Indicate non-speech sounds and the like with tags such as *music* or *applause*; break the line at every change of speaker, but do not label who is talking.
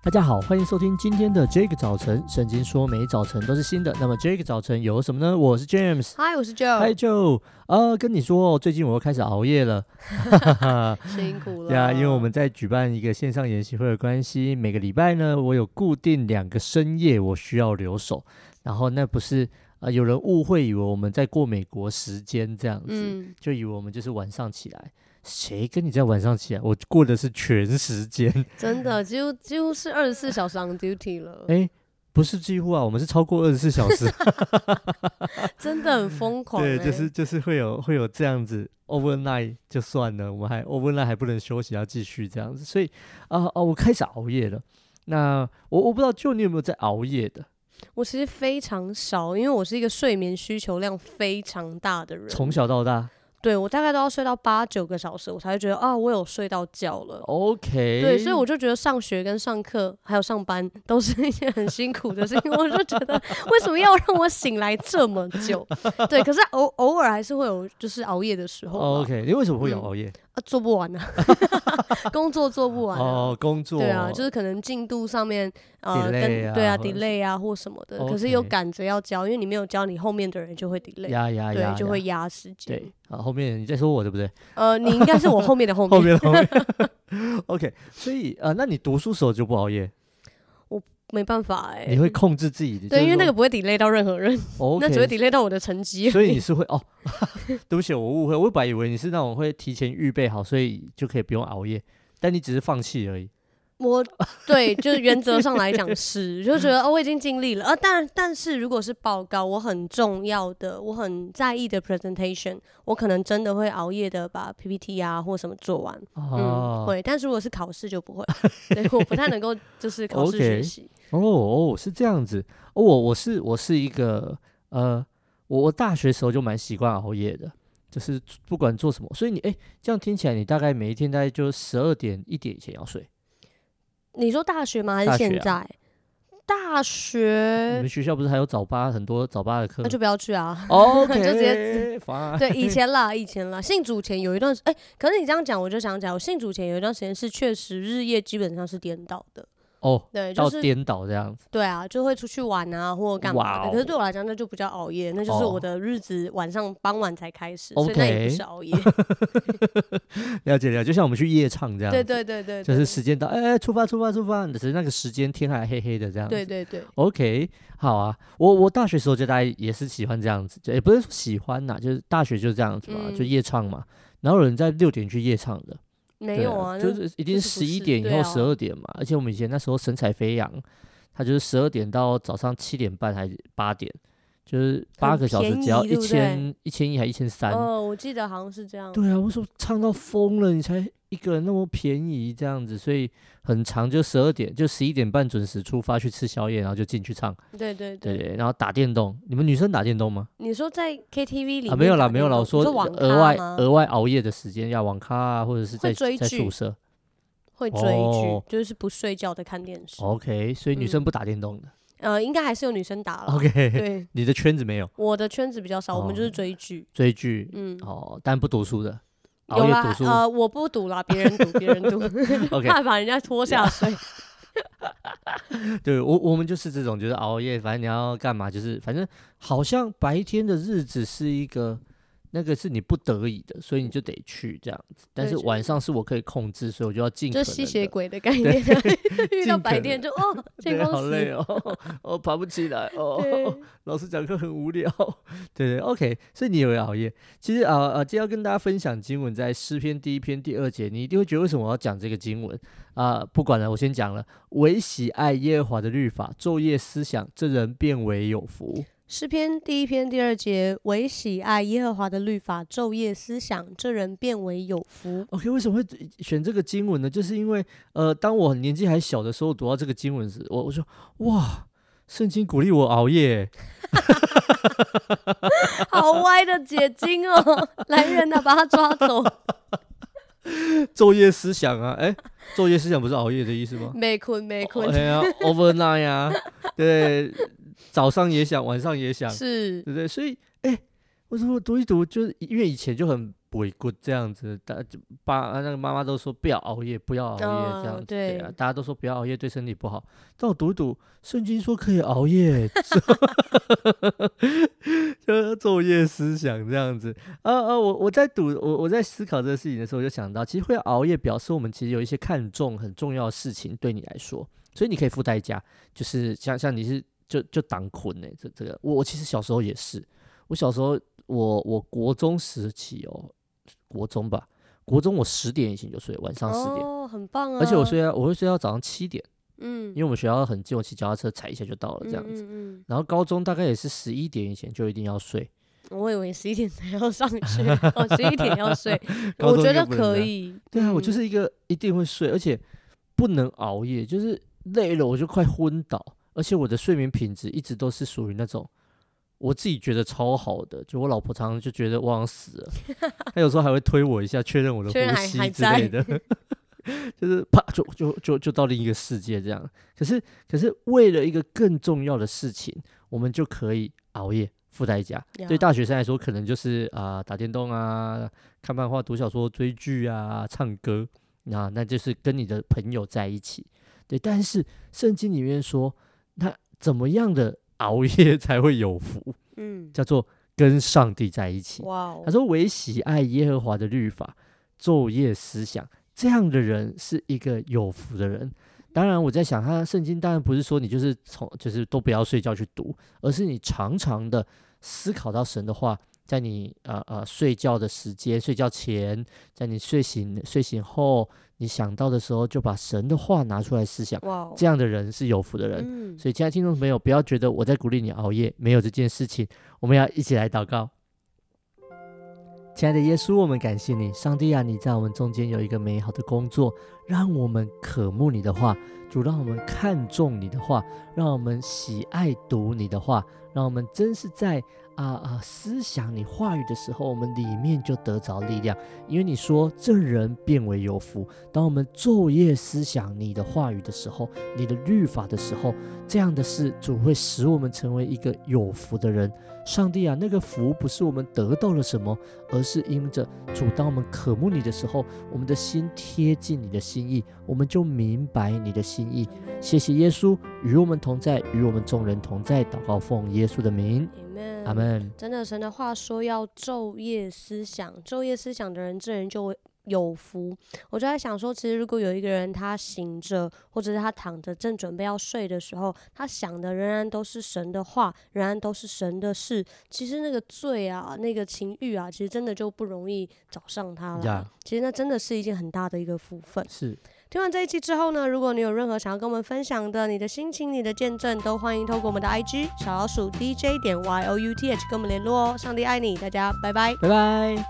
大家好，欢迎收听今天的 Jake 早晨。圣经说每早晨都是新的，那么 Jake 早晨有什么呢？我是 James。
嗨，我是
嗨
Joe，
Joe，呃，跟你说哦，最近我又开始熬夜了，
辛苦了
呀，因为我们在举办一个线上研习会的关系，每个礼拜呢，我有固定两个深夜我需要留守，然后那不是呃有人误会以为我们在过美国时间这样子，
嗯，
就以为我们就是晚上起来，谁跟你在晚上起来？我过的是全时间，
真的几乎几乎是二十四小时 on duty 了，
哎、不是几乎啊，我们是超过二十四小时
真的很疯狂欸、
对，就是就是会有会有这样子 overnight 就算了，我们还 overnight 还不能休息，要继续这样子，所以啊啊、我开始熬夜了。那我我不知道，就你有没有在熬夜的？
我其实非常少，因为我是一个睡眠需求量非常大的人，
从小到大
对我大概都要睡到八九个小时，我才会觉得啊，我有睡到觉了。
，OK，
对，所以我就觉得上学跟上课还有上班都是一件很辛苦的事情。我就觉得为什么要让我醒来这么久？对，可是偶偶尔还是会有就是熬夜的时候吧。
OK，你为什么会有
嗯
熬夜？
啊，做不完啊， *laughs* 工作做不完、啊。
哦，工作
对啊，就是可能进度上面呃
Delay
跟
啊
对啊
或者是
delay 啊或什么的，可是又
OK
赶着要交，因为你没有交，你后面的人就会 delay，
呀呀
对
呀，，
就
呀
会压时间。
对啊。后面你在说我对不对？
呃，你应该是我后面的后面，
*laughs* 后面后面 *laughs* ，OK，所以呃，那你读书时候就不熬夜，
没办法哎、
你会控制自己的，
对，因为那个不会 delay 到任何人，
o
*laughs* 那只会 delay 到我的
*laughs*
成绩。
所以你是会哦，对不起，我误会，我本来以为你是那种会提前预备好，所以就可以不用熬夜，但你只是放弃而已。 *laughs*
我对，就是原则上来讲是，就觉得哦，我已经尽力了。呃，但但是如果是报告，我很重要的，我很在意的 presentation，我可能真的会熬夜的把 PPT 啊或什么做完，
哦
嗯，会。但是如果是考试就不会，对，我不太
*laughs*
能够就是考试
OK
学习。
哦哦，是这样子。哦，我我是我是一个呃，我我大学时候就蛮习惯熬夜的，就是不管做什么。所以你哎，这样听起来你大概每一天大概就十二点一点以前要睡。
你说大学吗？还
大
是
学
现
啊嗯
在？大
你
学
们学校不是还有早八很多早八的课
呃
哦
那？就不要去啊。 *laughs*
OK，
就直接
fine
对，以前啦，以前啦，信主前有一段时，哎、可是你这样讲，我就想起来，我信主前有一段时间是确实日夜基本上是颠倒的，
哦，
对，就
到
是
颠倒这样子。
对啊，就会出去玩啊，或干嘛
哇哦
的。可是对我来讲，那就不叫熬夜，那就是
哦
我的日子晚上傍晚才开始，所以那也
OK
不是熬夜。
了解了解，就像我们去夜唱这样子。
对对对对，
就是
对
时间到，哎、哎，出发出发出发，只是那个时间天还黑黑的这样子。
对对对，
OK，好啊，我我大学时候就大家也是喜欢这样子，就也、不是说喜欢呐、就是大学就这样子嘛，就
嗯
夜唱嘛。然后有人在六点去夜唱的，
没
对
有啊，
就
那
是一
就
定
是
十
不
一
是
点以
对
后
啊
十二点嘛。而且我们以前那时候神采飞扬，他就是十二点到早上七点半还是八点，就是八
很
个小时
便
只要
宜
一
对不对
千一千一还一千三。
哦，我记得好像是这样。
对啊，为什么唱到疯了，你才一个人那么便宜这样子？所以很长，就十二点，就十一点半准时出发去吃宵夜，然后就进去唱，
对对
对
对，
对，然后打电动。你们女生打电动吗？
你说在 KTV 里
啊，没有
面
啦，
打
没有
电
啦，我
动你
说
说网
额
咖
外
吗
额外熬夜的时间，要网咖啊，或者是在
会追
在宿
剧
舍。
会追剧
哦，
就是不睡觉的看电视。
OK，所以女生
嗯
不打电动的。
呃，应该还是有女生打了。
OK，
对，
*laughs* 你的圈子没有
我的圈子比较少，我们就
哦
是追剧。
追剧
嗯，
哦，但不读书的，熬
有
夜
啦
读，书。
呃，我不赌啦，别人赌，别人赌，
OK，
*laughs* 怕把人家拖下水。
对我，我们就是这种，就是熬夜，反正你要干嘛，就是反正好像白天的日子是一个，那个是你不得已的，所以你就得去这样子。但
对
是
就
晚上是我可以控制，所以我就要尽可
就
能
吸血
的，
鬼的概
对
念，啊 *laughs* 遇
尽
到
可
白天
*laughs*
就哦，见
对，
光
好累
死。
哦， *laughs* 哦，爬不起来
对
哦， *laughs* 老师讲课很无聊， *laughs* 对对，OK，所以你有熬夜。其实啊啊、呃今天要跟大家分享经文，在诗篇第一篇第二节，你一定会觉得为什么我要讲这个经文啊、不管了，我先讲了，唯喜爱耶和华的律法，昼夜思想，这人变为有福。
诗篇第一篇第二节，唯喜爱耶和华的律法，昼夜思想，这人变为有
*laughs*
福。
OK，为什么会选这个经文呢？就是因为呃，当我年纪还小的时候读到这个经文时，我我说哇，圣经鼓励我熬 *laughs* 夜，
好歪的解经哦， *laughs* 来人呐，把他抓走。
昼夜思想啊，哎，昼夜思想不是熬夜的意思吗？
没困没
哦
困，
对啊，overnight 啊，对，早上也想，晚上也想，
是
对不对？所以，哎、我怎么读一读，就是因为以前就很鬼谷这样子，大就爸啊那个妈妈都说不要熬夜，不要熬夜这样
哦
子，对啊
对，
大家都说不要熬夜对身体不好，但我读一读圣经说可以熬夜， *laughs* 就是昼夜思想这样子。呃呃，我我在读我我在思考这个事情的时候，我就想到，其实会熬夜表示我们其实有一些看重很重要的事情对你来说，所以你可以付代价，就是像像你是就就当困呢、这这个我我其实小时候也是，我小时候我我国中时期哦，国中吧，国中我十点以前就睡，晚上十点，
哦，很棒啊！
而且我睡到我会睡到早上七点，
嗯，嗯，
因为我们学校很近，我骑脚踏车踩一下就到了这样子。
嗯，嗯
然后高中大概也是十一点以前就一定要睡，
嗯我以为十一点才要上学， *laughs* 哦，十一点要睡，
*laughs* 高
我
中
觉
就
得
不能
可
这样
以。
对啊，我就
嗯
是一个一定会睡，而且不能熬夜，就是累了我就快昏倒，而且我的睡眠品质一直都是属于那种我自己觉得超好的，就我老婆常常就觉得我好像死
*laughs*
了，她有时候还会推我一下，确认我的
确认
呼
还
吸
还
之类
在
的， *laughs* 就是啪就就就就到另一个世界这样。可是可是为了一个更重要的事情，我们就可以熬夜。付代价，对
呀
大学生来说，可能就是啊、打电动啊，看漫画、读小说、追剧啊、唱歌，啊那那就是跟你的朋友在一起。对，但是圣经里面说，那怎么样的熬夜 *laughs* 才会有福？
嗯，
叫做跟上帝在一起。
哇哦
他，说：“唯喜爱耶和华的律法，昼夜思想，这样的人是一个有福的人。”当然，我在想，他圣经当然不是说你就是从就是都不要睡觉去读，而是你常常的思考到神的话，在你呃呃睡觉的时间、睡觉前，在你睡醒睡醒后，你想到的时候，就把神的话拿出来思想。
哇哦，
这样的人是有福的人。
嗯，
所以，亲爱的听众朋友，不要觉得我在鼓励你熬夜，没有这件事情。我们要一起来祷告。亲爱的耶稣，我们感谢你，上帝啊，你在我们中间有一个美好的工作，让我们渴慕你的话，主让我们看重你的话，让我们喜爱读你的话，让我们真是在啊啊、思想你话语的时候，我们里面就得着力量，因为你说正人变为有福。当我们昼夜思想你的话语的时候，你的律法的时候，这样的事，主会使我们成为一个有福的人。上帝啊，那个福不是我们得到了什么，而是因着主，当我们渴慕你的时候，我们的心贴近你的心意，我们就明白你的心意。谢谢耶稣与我们同在，与我们众人同在。祷告奉耶稣的名，
Amen
阿门。
真的，神的话说要昼夜思想，昼夜思想的人，这人就会有福。我就在想说，其实如果有一个人他醒着，或者是他躺着，正准备要睡的时候，他想的仍然都是神的话，仍然都是神的事，其实那个罪啊，那个情欲啊，其实真的就不容易找上他了。
呀
其实那真的是一件很大的一个福分。
是，
听完这一期之后呢，如果你有任何想要跟我们分享的，你的心情、你的见证，都欢迎透过我们的 IG 小老鼠 DJ 点 Y O U T H 跟我们联络哦。上帝爱你，大家拜拜。
拜拜。